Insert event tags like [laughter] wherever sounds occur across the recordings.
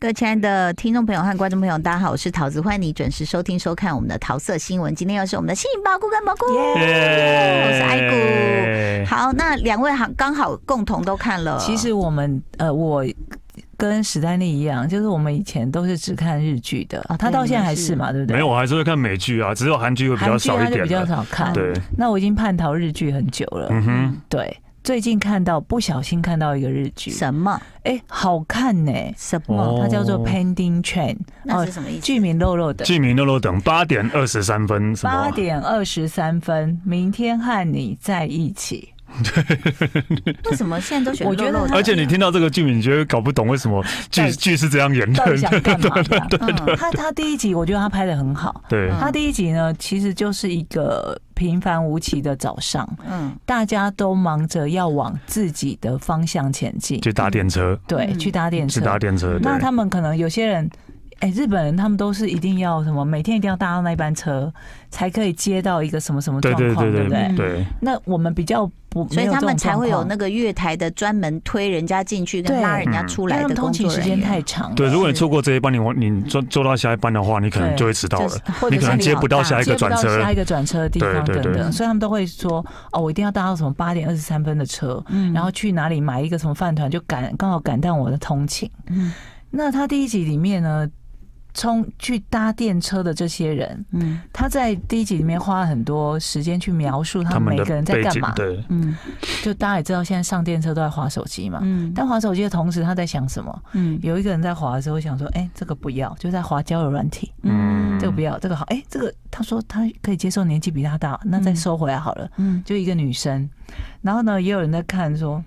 各位亲爱的听众朋友和观众朋友，大家好，我是桃子，欢迎你准时收听收看我们的桃色新闻。今天又是我们的杏鲍菇跟蘑菇哦我是爱哎菇。好，那两位好刚好共同都看了，其实我们呃，我跟史丹利一样，就是我们以前都是只看日剧的，哦他到现在还对是嘛，对不对？没有，我还是会看美剧啊，只有韩剧会比较韩剧少他一就点比较了。少看。对，那我已经叛逃日剧很久了，嗯哼，对。最近看到不小心看到一个日剧，什么哎，好看呢、什么哦它叫做《Pending Train》，哦那是什么意思？剧名肉肉的，剧名肉肉等八点二十三分，什么嗯八啊？点二十三分，明天和你在 [laughs] 一起。为什么现在都选我觉得肉肉的而且你听到这个剧名，你觉得搞不懂为什么剧 [laughs] 对剧是这样演到底想的？干嘛这样？嗯他他第一集我觉得他拍的很好，对，嗯他第一集呢其实就是一个平凡无奇的早上，嗯大家都忙着要往自己的方向前进，去搭电车，对，嗯去搭电去车。搭电车，对那，他们可能有些人。哎、日本人他们都是一定要什么，每天一定要搭到那班车，才可以接到一个什么什么状对对况，对不对对？嗯对，那我们比较不，所以他们没这种才会有状况那个月台的专门推人家进去跟对拉人家出来因为他的们工通勤作时人间员太长了，对。如果你错过这一班，你往你坐坐到下一班的话，你可能对就会迟到就是了，或者你可能是压力接好不到大下一个接不转到车下。一个转车的地方对对等对等，所以他们都会说哦，我一定要搭到什么八点二十三分的车，嗯然后去哪里买一个什么饭团，就赶刚好赶到我的通勤。嗯那他第一集里面呢，冲去搭电车的这些人，嗯他在第一集里面花了很多时间去描述他他们们每的个人在背干景嘛。对，嗯就大家也知道，现在上电车都在划手机嘛。嗯但划手机的同时，他在想什么？嗯有一个人在划的时候，想说：“哎、这个不要，就在划交友软体。”嗯这个不要，这个好。哎、这个他说他可以接受年纪比他大，那再收回来好了。嗯就一个女生，然后呢，也有人在看说，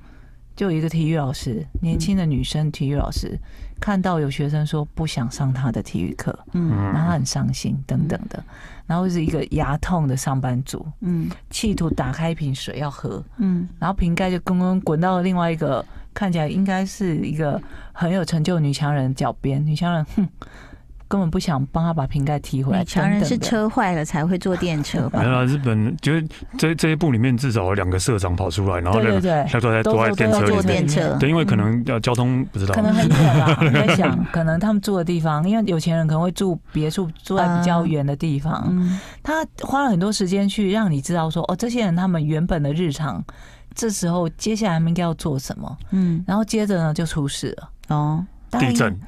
就有一个体育老师，年轻的女生体育老师，看到有学生说不想上他的体育课，嗯然后嗯，他很伤心等等的，然后是一个牙痛的上班族，嗯企图打开一瓶水要喝，嗯然后瓶盖就滚滚滚到另外一个看起来应该是一个很有成就的女强人脚边，女强人哼根本不想帮她把瓶盖提回来。女强人等是等的，车坏了才会坐电车吧 [laughs] 没？有啊日本觉得这这一部里面至少有两个社长跑出来，然后对两对个对，他都在都在电车都坐里电面，车对，因为可能呃交通不知道嗯可，能很远 [laughs] 啦。我在想，可能他们住的地方，因为有钱人可能会住别墅，住在比较远的地方。嗯他花了很多时间去让你知道说，哦，这些人他们原本的日常，这时候接下来他们应该要做什么。嗯然后接着呢就出事了，哦大家地应震，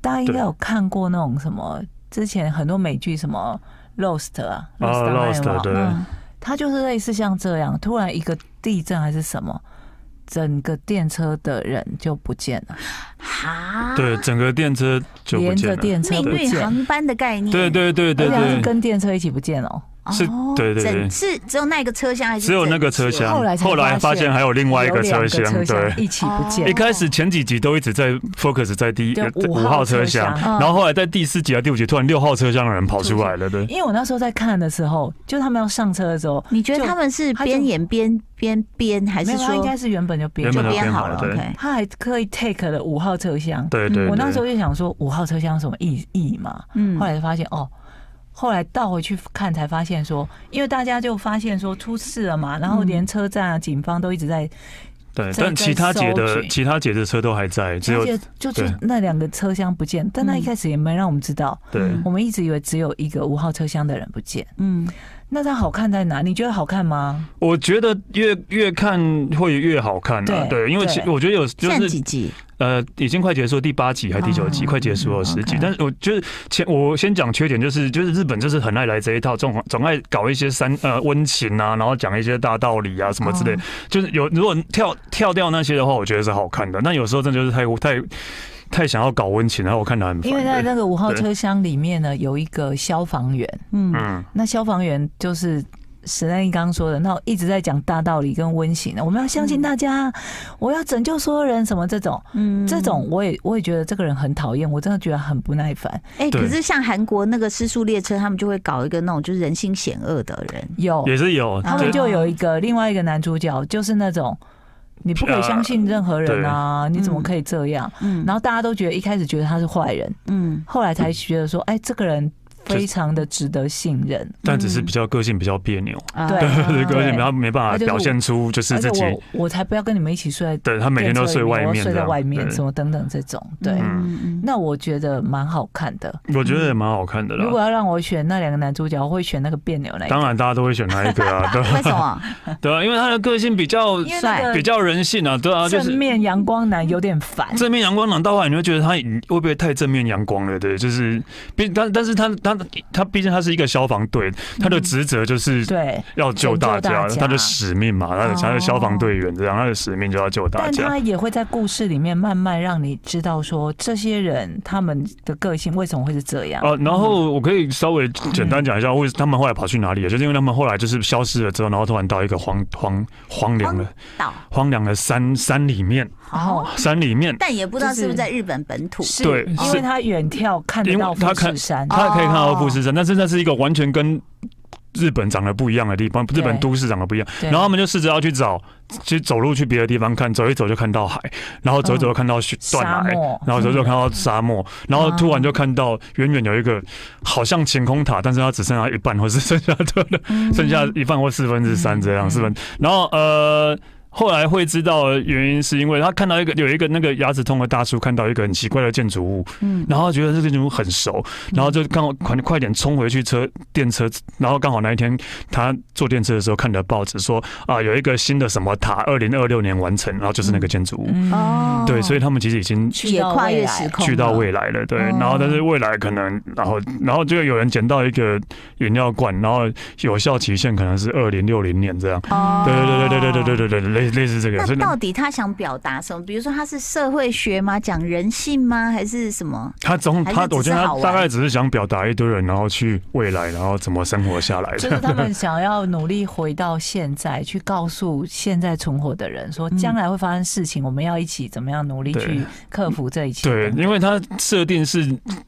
大家应该对有看过那种什么，之前很多美剧什么 Lost 啊啊，Lost ，Lost，对嗯它就是类似像这样，突然一个地震还是什么，整个电车的人就不见了， [laughs] 哈对，整个电车就不哎连见着了。电车命不运见，航班的概念，对对 [laughs] 对对而且它是对，跟电车一起不见哦。是哦对对对整是只有那个车厢还是只有那个整车节厢，后后来才来发发现现还有另外一个车有两厢，个对。一起不见哦一。开始前几集都一直在 focus 在第一就呃五五号号车车厢，厢然后后来在第四集啊第五集突然六号车厢的人跑出来了，对，因为我那时候在看的时候，就他们要上车的时候，你觉得他们是就边演边边编，还是没有，他说应该是原本就编原就本的好编编好好了了对？OK，他还刻意 take 了五号车厢。对对嗯我那时对，候就想说，五号车厢什么意义嘛？嗯后来就发现哦，后来倒回去看才发现说，因为大家就发现说出事了嗯嘛，然后连车站啊、警方都一直在，对，在但其他节搜的寻其他节的车都还在，只有而且就是对那两个车厢不见，但他嗯一开始也没让我们知道，对我们一直以为只有一个五号车厢的人不见。嗯那它好看在哪？你觉得好看吗？我觉得越越看会越好看啊，对对，因为对其我觉得有就现在几是集？呃已经快结束第八集还第九集，哦快结束了十集 OK，但是我觉得前我先讲缺点就是就是日本就是很爱来这一套，总总爱搞一些三呃温情啊，然后讲一些大道理啊什么之类，哦就是有如果跳跳掉那些的话，我觉得是好看的，但有时候真的就是太太太想要搞温情，然后我看得很烦，因为在对那个五号对车厢里面呢，有一个消防员，嗯嗯那消防员就是史丹利刚刚说的，那我一直在讲大道理跟温情的，我们要相信大家，我要拯救所有人，什么这种，嗯这种我也我也觉得这个人很讨厌，我真的觉得很不耐烦。哎，对可是像韩国那个失速列车，他们就会搞一个那种就是人心险恶的人，有，也是有，他对们就有一个另外一个男主角，就是那种你不可以相信任何人啊，你怎么可以这样？嗯然后大家都觉得一开始觉得他是坏人，嗯后来才觉得说，哎，这个人非常的值得信任。但只是比较个性比较别扭， [laughs] 啊对对，个性对比较没办而法且我表现出就是而且自己，我我才不要跟你们一起睡在对他每天都睡外我面这睡在样，外面对什么等等这种。对，嗯那我觉得蛮好看的。我觉得也蛮好看的嗯如果啦。要让我选那两个男主角，我会选那个别扭那一个。当然，大家都会选那一个 [laughs] 啊，对为什 [laughs] 么？对啊，因为他的个性比较因为那比个较人性啊，对啊，就正是面阳光男有点烦。正面阳光朗到话，你会觉得他会不会太正面阳光了？对，就是，毕但但是他他他毕竟他是一个消防队，他的职责就是嗯对，要救大拯救家，大家他的使命嘛，他的他哦的消防队员这样，他的使命就要救大但家。他也会在故事里面慢慢让你知道说，这些人他们的个性为什么会是这样。哦，然后我可以稍微简单讲一下，为他们后来跑去哪里？就是因为他们后来就是消失了之后，然后突然到一个荒荒荒凉的岛，荒凉的山山里面，然哦后山里面，但也不知道就是是不是在日本本土。是对因是为他远眺看得因为到他富士看啊山，他可以看到哦富士山，但是那是一个完全跟日本长得不一样的地方，日本对都市长得不一样。对然后他们就试着要去找，去走路去别的地方看，走一走就看到海，然后走一走就看到雪断嗯沙崖，漠嗯然后走一走就看到沙漠，然后突然哦就看到远远有一个好像晴空塔，但是它只剩下一半，或是 [laughs] 剩下的剩下一半或四分之三这样，嗯四分。然后呃。后来会知道的原因，是因为他看到一个有一个那个牙齿痛的大叔看到一个很奇怪的建筑物，嗯然后觉得这个建筑物很熟，然后就刚好快快点冲回去车电车，然后刚好那一天他坐电车的时候看的报纸说啊有一个新的什么塔，二零二六年完成，然后就是那个建筑物，[laughs] 嗯哦对，所以他们其实已经去也到跨未越来时空，去到未来了，对，哦然后但是未来可能，然后然后就有人捡到一个饮料罐，然后有效期限可能是二零六零年这样，哦。对对对对对对对对对，类类似这个，所那以到底他想表达什么？比如说他是社会学吗？讲人性吗？还是什么？他总还是他只是我觉得好他玩大概只是想表达一堆人，然后去未来，然后怎么生活下来就的。是他们想要努力回到现在，去告诉现在存活的人说，将来会发生事情，我们要一起怎么样努力对去克服这一切。对，因为它设定是，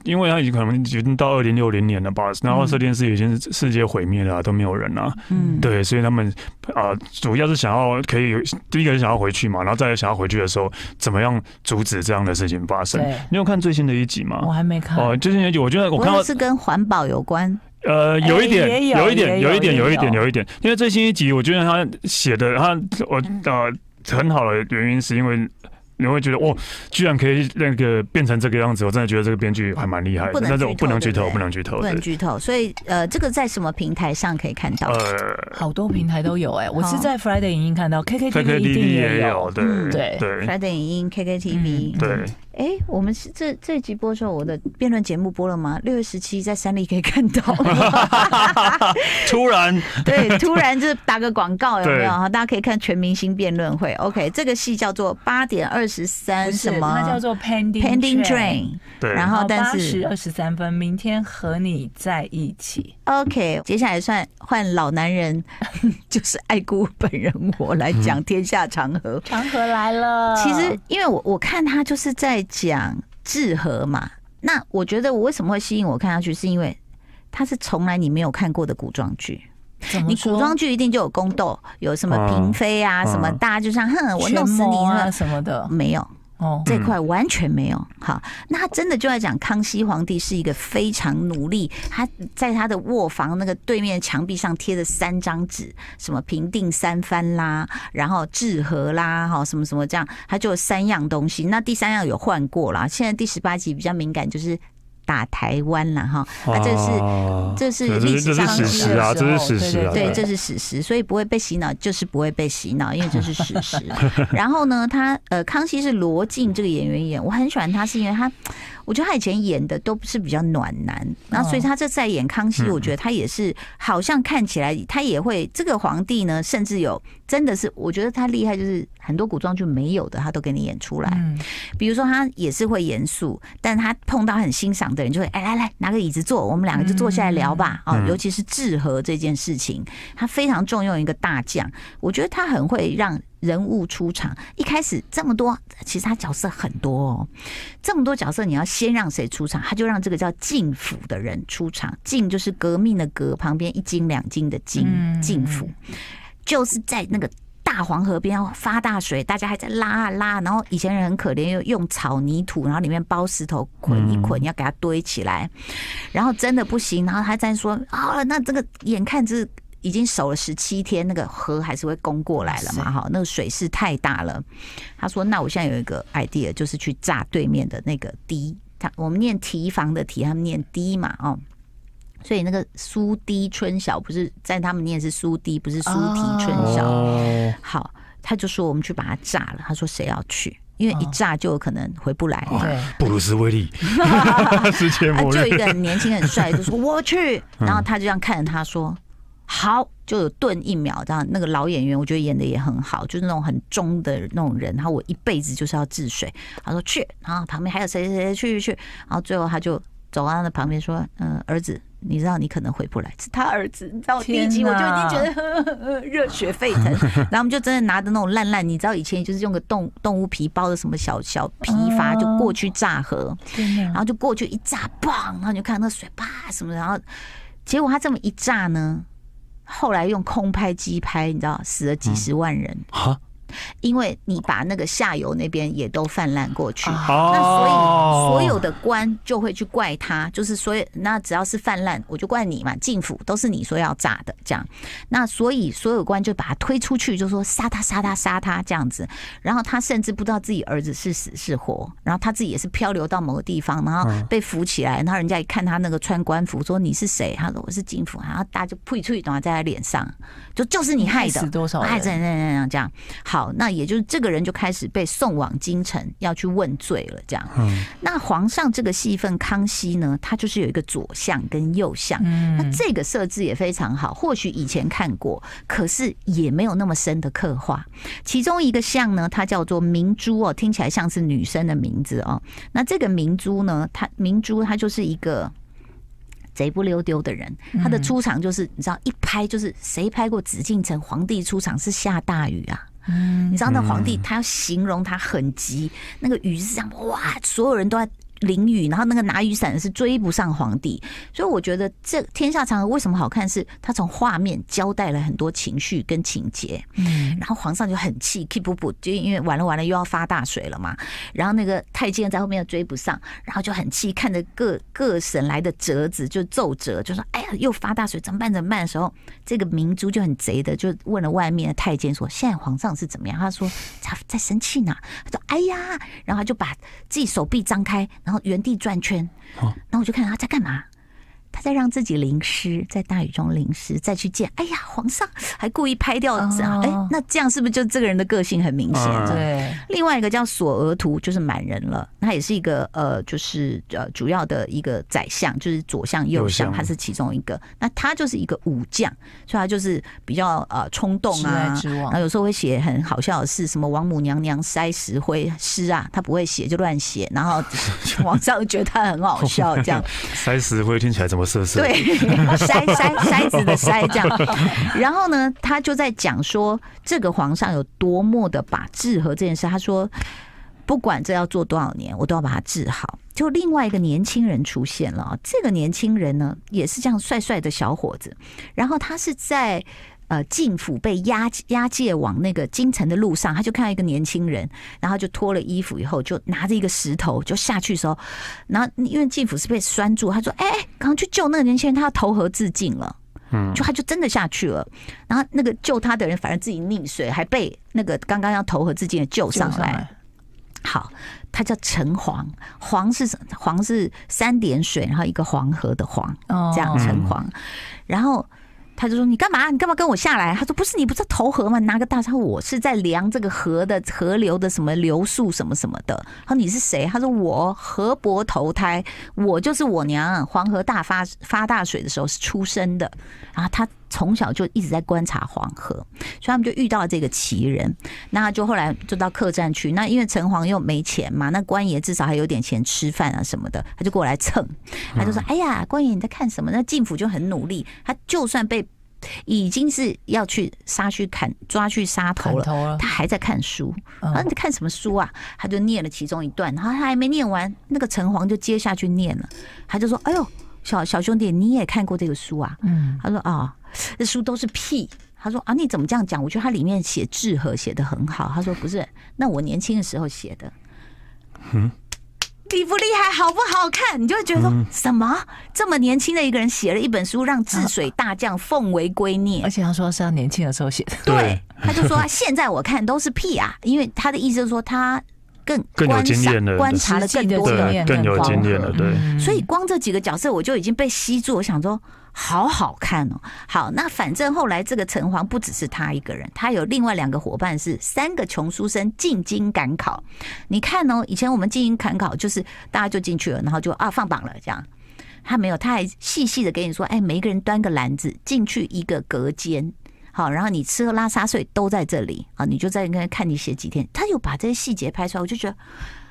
因为它已经可能已经到二零六零年了吧，然后设定是已经是世界毁灭了啊、都没有人了、嗯，对，所以他们啊、呃主要是想要可以有第一个是想要回去嘛，然后再来想要回去的时候，怎么样阻止这样的事情发生？对你有看最新的一集吗我？还没看。哦，最新的一集，我觉得我不看过到是跟环保有关。呃，哎有一点，也有一点，也有有一点，也有一点，有有一点，因为最新一集，我觉得他写的他我嗯呃很好的原因，是因为你会觉得哦，居然可以那个变成这个样子，我真的觉得这个编剧还蛮厉害不能的，但剧是我透不能对剧不透，对不能剧透不的能。剧透，所以呃，这个在什么平台上可以看到？呃好多平台都有哎、我是在 Friday 影音看到，KKTV 一定，KKTV 也也有有，。对嗯对对 Friday 影音、KKTV，嗯对，哎、我们是这这集播的时候，我的辩论节目播了吗？六月十七在三立可以看到。 [laughs] 突然 [laughs] 对，突然就是打个广告有没对有？哈，大家可以看全明星辩论会。OK，这 [laughs] 个戏叫做八点二十不三是什，么它叫做 Pending Pending Train。 Train。对，然后但是十二十三分，明天和你在一起。 OK，接下来算换老男人， [laughs] 就是爱姑本人我来讲天下长河。长河来了，其实，因为我我看他就是在讲治河嘛。那我觉得我为什么会吸引我看下去，是因为它是从来你没有看过的古装剧。怎么你说古装剧一定就有宫斗，有什么嗯嫔妃啊，什么嗯大家就像哼，我弄权死你谋啊哼什么的。没有。哦，这块完全没有。好，那他真的就在讲康熙皇帝是一个非常努力，他在他的卧房那个对面墙壁上贴着三张纸，什么平定三藩啦，然后治河啦，哈，什么什么这样，他就有三样东西。那第三样有换过啦，现在第十八集比较敏感，就是打台湾啦，哈，啊，这是。啊这是这历是史这上是的史实啊，历史这上是的史实啊，对，这是史实，所以不会被洗脑，就是不会被洗脑，因为这是史 [laughs] 实。然后呢，他呃，康熙是罗晋这个演员演，我很喜欢他，是因为他，我觉得他以前演的都是比较暖男，然后所以他这次在演康熙，嗯我觉得他也是好像看起来他也会这个皇帝呢，甚至有真的是，我觉得他厉害，就是很多古装剧没有的，他都给你演出来。嗯，比如说他也是会严肃，但他碰到很欣赏的人，就会哎来来拿个椅子坐，我们两个就坐下来聊吧。哦，嗯尤其是治河这件事情，他非常重用一个大将，我觉得他很会让人物出场。一开始这么多，其实他角色很多哦，这么多角色你要先让谁出场，他就让这个叫进府的人出场。进就是革命的革，旁边一斤两斤的斤，嗯进府就是在那个。大黄河边要发大水，大家还在拉啊拉，然后以前人很可怜，又用草泥土，然后里面包石头捆一捆，要给它堆起来，然后真的不行，然后他再说啊，那这个眼看这已经守了十七天，那个河还是会攻过来了嘛，哈，那个水势太大了。他说，那我现在有一个 idea，就是去炸对面的那个堤，他我们念堤防的堤，他们念堤嘛，哦。所以那个苏堤春晓不是在他们念是苏堤，不是苏堤春晓。哦，好，他就说我们去把它炸了。他说谁要去？因为一炸就有可能回不来。 [laughs] 对， [laughs] 布鲁斯威利， [laughs] 世界啊，末就有一日，个很年轻很帅，就说我去，然后他就这样看着他说。好，就有顿一秒，这样那个老演员，我觉得演的也很好，就是那种很忠的那种人。然后我一辈子就是要治水。他说去，然后旁边还有谁谁谁去去去，然后最后他就走到他的旁边说：“嗯、儿子，你知道你可能回不来。”是他儿子，你知道我第一集天我哪就已经觉得呵呵呵热血沸腾。然后我们就真的拿着那种烂烂，你知道以前就是用个动动物皮包的什么小小皮筏哦就过去炸河。天哪然后就过去一炸，砰，然后你就看到那水啪什么的，然后结果他这么一炸呢，后来用空拍机拍，你知道死了几十万人，哈，因为你把那个下游那边也都泛滥过去。啊那所以哦所有的官就会去怪他，就是所有那只要是泛滥，我就怪你嘛，进府都是你说要炸的这样。那所以所有官就把他推出去，就说杀他杀他杀他这样子。然后他甚至不知道自己儿子是死是活，然后他自己也是漂流到某个地方，然后嗯被扶起来，然后人家一看他那个穿官服，说你是谁？他说我是进府，然后大家就呸呸打在他脸上，就就是你害的死。多少哎，这人？样这样这样这样，好，那也就是这个人就开始被送往京城，要去问罪了。这样，嗯那皇上这个戏份，康熙呢，他就是有一个左相跟右相。那嗯，这个设置也非常好，或许以前看过，可是也没有那么深的刻画。其中一个像呢，它叫做明珠哦，听起来像是女生的名字哦。那这个明珠呢，它明珠它就是一个贼不溜丢的人，他的出场就是你知道一拍就是谁拍过紫禁城皇帝出场是下大雨啊。你知道那皇帝他要形容他很急，那个雨是这样哇，所有人都在淋雨，然后那个拿雨伞的是追不上皇帝，所以我觉得这《天下长河》为什么好看是，他从画面交代了很多情绪跟情节，嗯然后皇上就很气，keep 不不，就因为完了完了又要发大水了嘛，然后那个太监在后面又追不上，然后就很气，看着各各省来的折子就奏折，就说哎呀又发大水怎么办怎么办的时候，这个明珠就很贼的就问了外面的太监说现在皇上是怎么样？他说他在生气呢，他说哎呀，然后他就把自己手臂张开，然后原地转圈，然后我就看他在干嘛。他在让自己淋湿，在大雨中淋湿，再去见。哎呀，皇上还故意拍掉这样，哦哎、那这样是不是就这个人的个性很明显？嗯对，另外一个叫索额图，就是满人了，他也是一个呃，就是呃主要的一个宰相，就是左相右右相，相他是其中一个。那他就是一个武将，所以他就是比较呃冲动直来啊，直然往后。有时候会写很好笑的事，什么王母娘娘塞石灰诗啊，他不会写就乱写，然后 [laughs] 皇上觉得他很好笑这样。塞石灰听起来怎么色色？，对，筛筛筛子的筛这样。然后呢，他就在讲说这个皇上有多么的把治河这件事，他说不管这要做多少年，我都要把它治好。就另外一个年轻人出现了啊，这个年轻人呢也是这样帅帅的小伙子，然后他是在。呃，进府被押押解往那个京城的路上，他就看到一个年轻人，然后就脱了衣服以后，就拿着一个石头就下去的时候，然后因为进府是被拴住，他说：“哎、赶快去救那个年轻人，他要投河自尽了。”嗯就他就真的下去了，然后那个救他的人反而自己溺水，还被那个刚刚要投河自尽的救上救上来。来好，他叫陈黄，黄是什黄是三点水，然后一个黄河的黄，哦这样子城隍，然后。他就说：“你干嘛？你干嘛跟我下来？”他说：“不是，你不是投河吗？拿个大叉，我是在量这个河的河流的什么流速什么什么的。”他说：“你是谁？”他说：“我河伯投胎，我就是我娘。黄河大发发大水的时候是出生的。”然后他从小就一直在观察黄河，所以他们就遇到了这个奇人。那他就后来就到客栈去。那因为城隍又没钱嘛，那官爷至少还有点钱吃饭啊什么的，他就过来蹭。他就说：“哎呀，官爷你在看什么？”那进府就很努力，他就算被已经是要去杀去砍抓去杀头砍了。头了，他还在看书，嗯啊，你在看什么书啊？他就念了其中一段，然后他还没念完，那个城隍就接下去念了，他就说：“哎呦，小小兄弟，你也看过这个书啊？”嗯，他说：“啊、这书都是屁。”他说啊，你怎么这样讲？我觉得他里面写志和写的很好。他说不是，那我年轻的时候写的，嗯厉不厉害，好不好看？你就会觉得说、嗯什么这么年轻的一个人写了一本书，让治水大将奉为圭臬。而且他说是他年轻的时候写 [laughs] 的，对，他就说啊现在我看都是屁啊，因为他的意思就是说他更更有观经赏验了观察了实更际的多经的验对，更有更经验饱了，和对，嗯所以光这几个角色我就已经被吸住，我想说好好看哦。好，那反正后来这个城隍不只是他一个人，他有另外两个伙伴是三个穷书生进京赶考。你看哦，以前我们进京赶考就是大家就进去了，然后就啊放榜了这样。他没有，他还细细的给你说，哎，每一个人端个篮子进去一个隔间。好，然后你吃喝拉撒睡都在这里啊，你就在那边看你写几天。他有把这些细节拍出来，我就觉得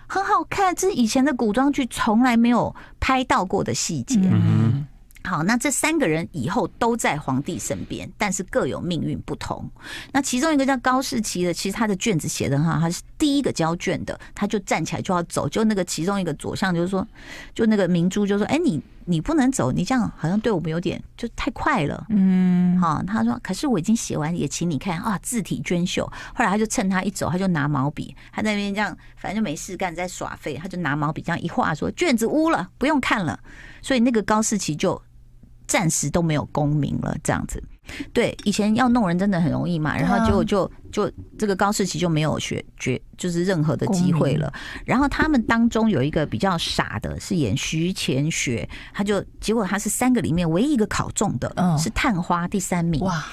很好看，这是以前的古装剧从来没有拍到过的细节。嗯好，那这三个人以后都在皇帝身边，但是各有命运不同。那其中一个叫高士奇的，其实他的卷子写的很好，他是第一个交卷的，他就站起来就要走，就那个其中一个左相就是说，就那个明珠就说：“哎、你你不能走，你这样好像对我们有点就太快了。”嗯，哈、他说：“可是我已经写完，也请你看啊，字体娟秀。”后来他就趁他一走，他就拿毛笔，他在那边这样，反正就没事干，在耍废，他就拿毛笔这样一画说，卷子污了，不用看了。所以那个高士奇就暂时都没有功名了，这样子。对，以前要弄人真的很容易嘛，然后对啊结果就就这个高士奇就没有学学，就是任何的机会了。然后他们当中有一个比较傻的，是演徐乾学，他就结果他是三个里面唯一一个考中的，嗯是探花第三名。哇，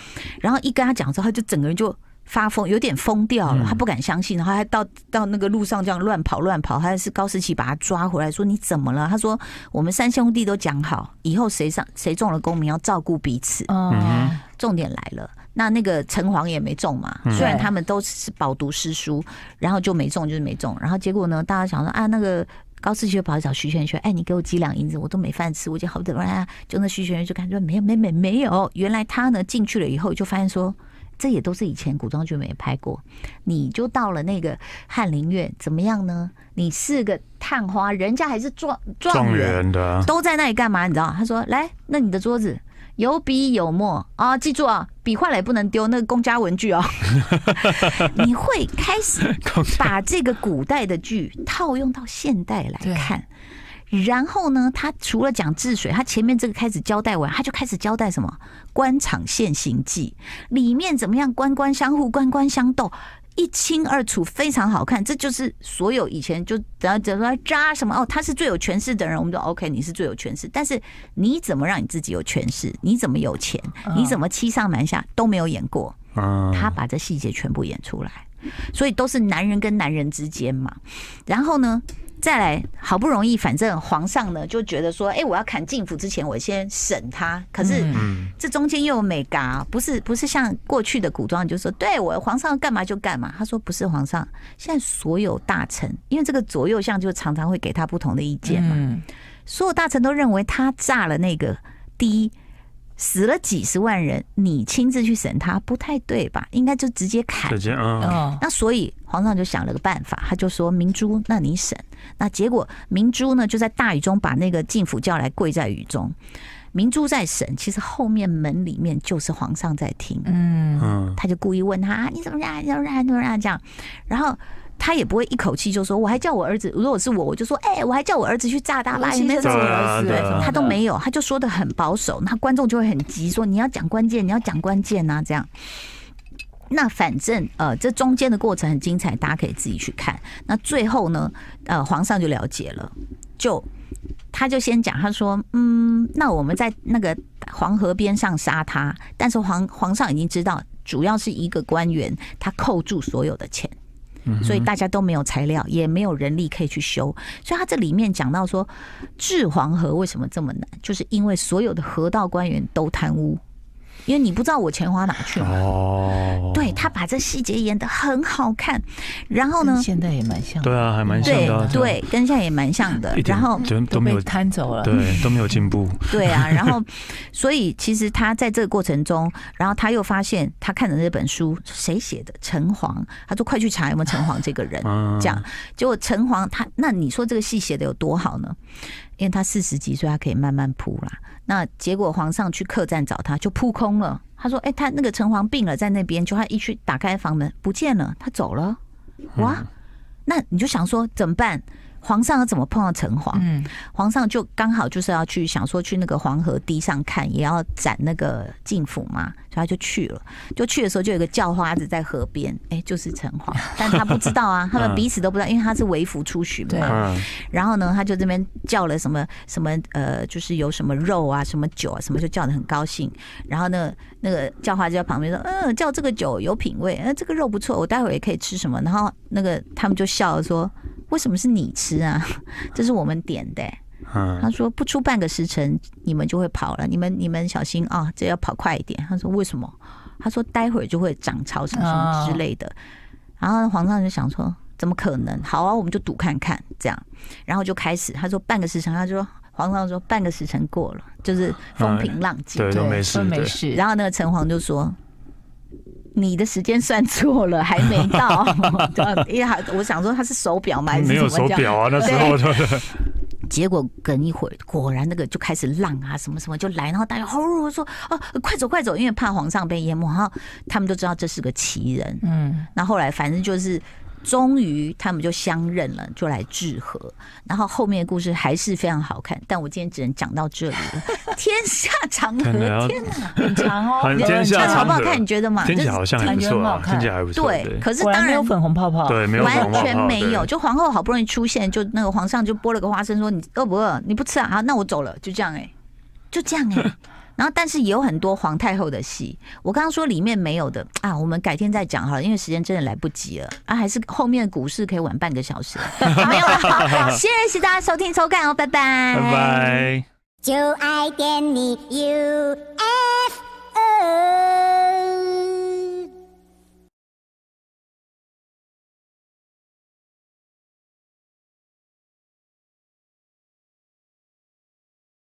然后一跟他讲之后，他就整个人就发疯，有点疯掉了，嗯他不敢相信，然后还到到那个路上这样乱跑乱跑，还是高士奇把他抓回来说你怎么了？他说我们三兄弟都讲好，以后谁上谁中了功名要照顾彼此。嗯嗯，重点来了，那那个城隍也没中嘛，嗯虽然他们都是饱读诗书，然后就没中，就是没中。然后结果呢，大家想说啊，那个高士奇就跑去找徐玄学，哎，你给我几两银子，我都没饭吃，我就好不容易啊，就那徐玄学就感觉没有，没没没有。原来他呢进去了以后，就发现说。这也都是以前古装剧没拍过，你就到了那个翰林院，怎么样呢？你是个探花，人家还是状状状元，元的啊，都在那里干嘛？你知道？他说：“来，那你的桌子有笔有墨啊，记住啊，笔换了也不能丢，那个公家文具哦。”你会开始把这个古代的剧套用到现代来看。然后呢，他除了讲治水，他前面这个开始交代完，他就开始交代什么《官场现形记》里面怎么样官官相护、官官相斗，一清二楚，非常好看。这就是所有以前就等下等说渣什么哦，他是最有权势的人，我们就 OK，你是最有权势。但是你怎么让你自己有权势？你怎么有钱？嗯你怎么欺上瞒下都没有演过。嗯，他把这细节全部演出来，所以都是男人跟男人之间嘛。然后呢，再来好不容易，反正皇上呢就觉得说，哎、我要砍进府之前，我先审他。可是嗯嗯这中间又有美嘎，啊不是不是像过去的古装你就说，对我皇上要干嘛就干嘛。他说不是皇上，现在所有大臣，因为这个左右相就常常会给他不同的意见嘛，嗯所有大臣都认为他炸了那个第一，死了几十万人，你亲自去审他不太对吧？应该就直接砍再。见，嗯，嗯那所以皇上就想了个办法，他就说明珠，那你审。那结果明珠呢就在大雨中把那个进府叫来，跪在雨中。明珠在审，其实后面门里面就是皇上在听。嗯嗯，他就故意问他啊你怎么这样？你怎么这样？你怎么这样？这样，然后他也不会一口气就说我还叫我儿子，如果是我，我就说哎、我还叫我儿子去炸他吧，也没有这这样种儿子对啊对啊什么的他都嗯没有，他就说的很保守，那观众就会很急，说你要讲关键，你要讲关键啊，这样。那反正呃，这中间的过程很精彩，大家可以自己去看。那最后呢，呃，皇上就了解了，就他就先讲，他说，嗯，那我们在那个黄河边上杀他，但是皇皇上已经知道，主要是一个官员他扣住所有的钱，嗯哼所以大家都没有材料，也没有人力可以去修，所以他这里面讲到说，治黄河为什么这么难，就是因为所有的河道官员都贪污，因为你不知道我钱花哪去嘛。嗯哦，对他把这细节演得很好看，然后呢跟，现在也蛮像，对啊，还蛮像对的啊，这样对，跟现在也蛮像的一。点然后就都都没被有，摊走了，对，都没有进步，对啊，然后所以其实他在这个过程中，然后他又发现他看的那本书谁写的城隍，他说快去查有没有城隍这个人。嗯，这样，结果城隍他那你说这个戏写的有多好呢？因为他四十几岁，他可以慢慢铺啦。那结果皇上去客栈找他，就扑空了。他说：“哎、他那个城隍病了，在那边。”就他一去打开房门，不见了，他走了。哇，那你就想说怎么办？皇上要怎么碰到城啊隍？嗯，皇上就刚好就是要去想说去那个黄河堤上看，也要展那个镜府嘛，所以他就去了。就去的时候就有个叫花子在河边，哎、就是城隍，但他不知道啊，他们彼此都不知道，因为他是为服出巡对嘛。嗯，然后呢，他就这边叫了什么什么呃，就是有什么肉啊、什么酒啊，什么就叫的很高兴。然后呢，那个叫花就在旁边说：“嗯，叫这个酒有品味，嗯、这个肉不错，我待会儿也可以吃什么。”然后那个他们就笑了说：“为什么是你吃啊？ [laughs] 这是我们点的欸、嗯，他说：“不出半个时辰，你们就会跑了。你们你们小心啊，这要跑快一点。”他说：“为什么？”他说：“待会儿就会涨潮什么什么之类的。然啊后皇上就想说：“怎么可能？好啊，我们就赌看看。”这样，然后就开始。他说：“半个时辰。”他就说：“皇上说半个时辰过了，就是风平浪静。对，都没事都没的，事。然后那个城隍就说：“你的时间算错了，还没到。”因为他我想说他是手表嘛，还是没有什么这手样表啊，那时候的，结果等一会儿，果然那个就开始浪啊，什么什么就来，然后大家吼说：“哦、快走快走！”因为怕皇上被淹没，然后他们就知道这是个奇人。嗯，那后来反正就是，终于他们就相认了，就来治河。然后后面的故事还是非常好看，但我今天只能讲到这里了。天下长河看，来要天哪！很长哦，很啊天下看好长不好河，看？你觉得嘛？听起来好像还不错啊，就是听起来还不错，对，可是果然当没有然粉红泡泡。对，没有完广告全号没对有，就皇后好不容易出现，就那个皇上就剥了个花生，说你饿不饿？你不吃啊？好，那我走了，就这样哎、就这样哎、 [laughs] 然后，但是也有很多皇太后的戏，我刚刚说里面没有的啊，我们改天再讲好了，因为时间真的来不及了啊，还是后面的股市可以晚半个小 [laughs] 时。好没有了，好谢谢大家收听收看哦，拜拜，拜拜。就爱点你 UFO。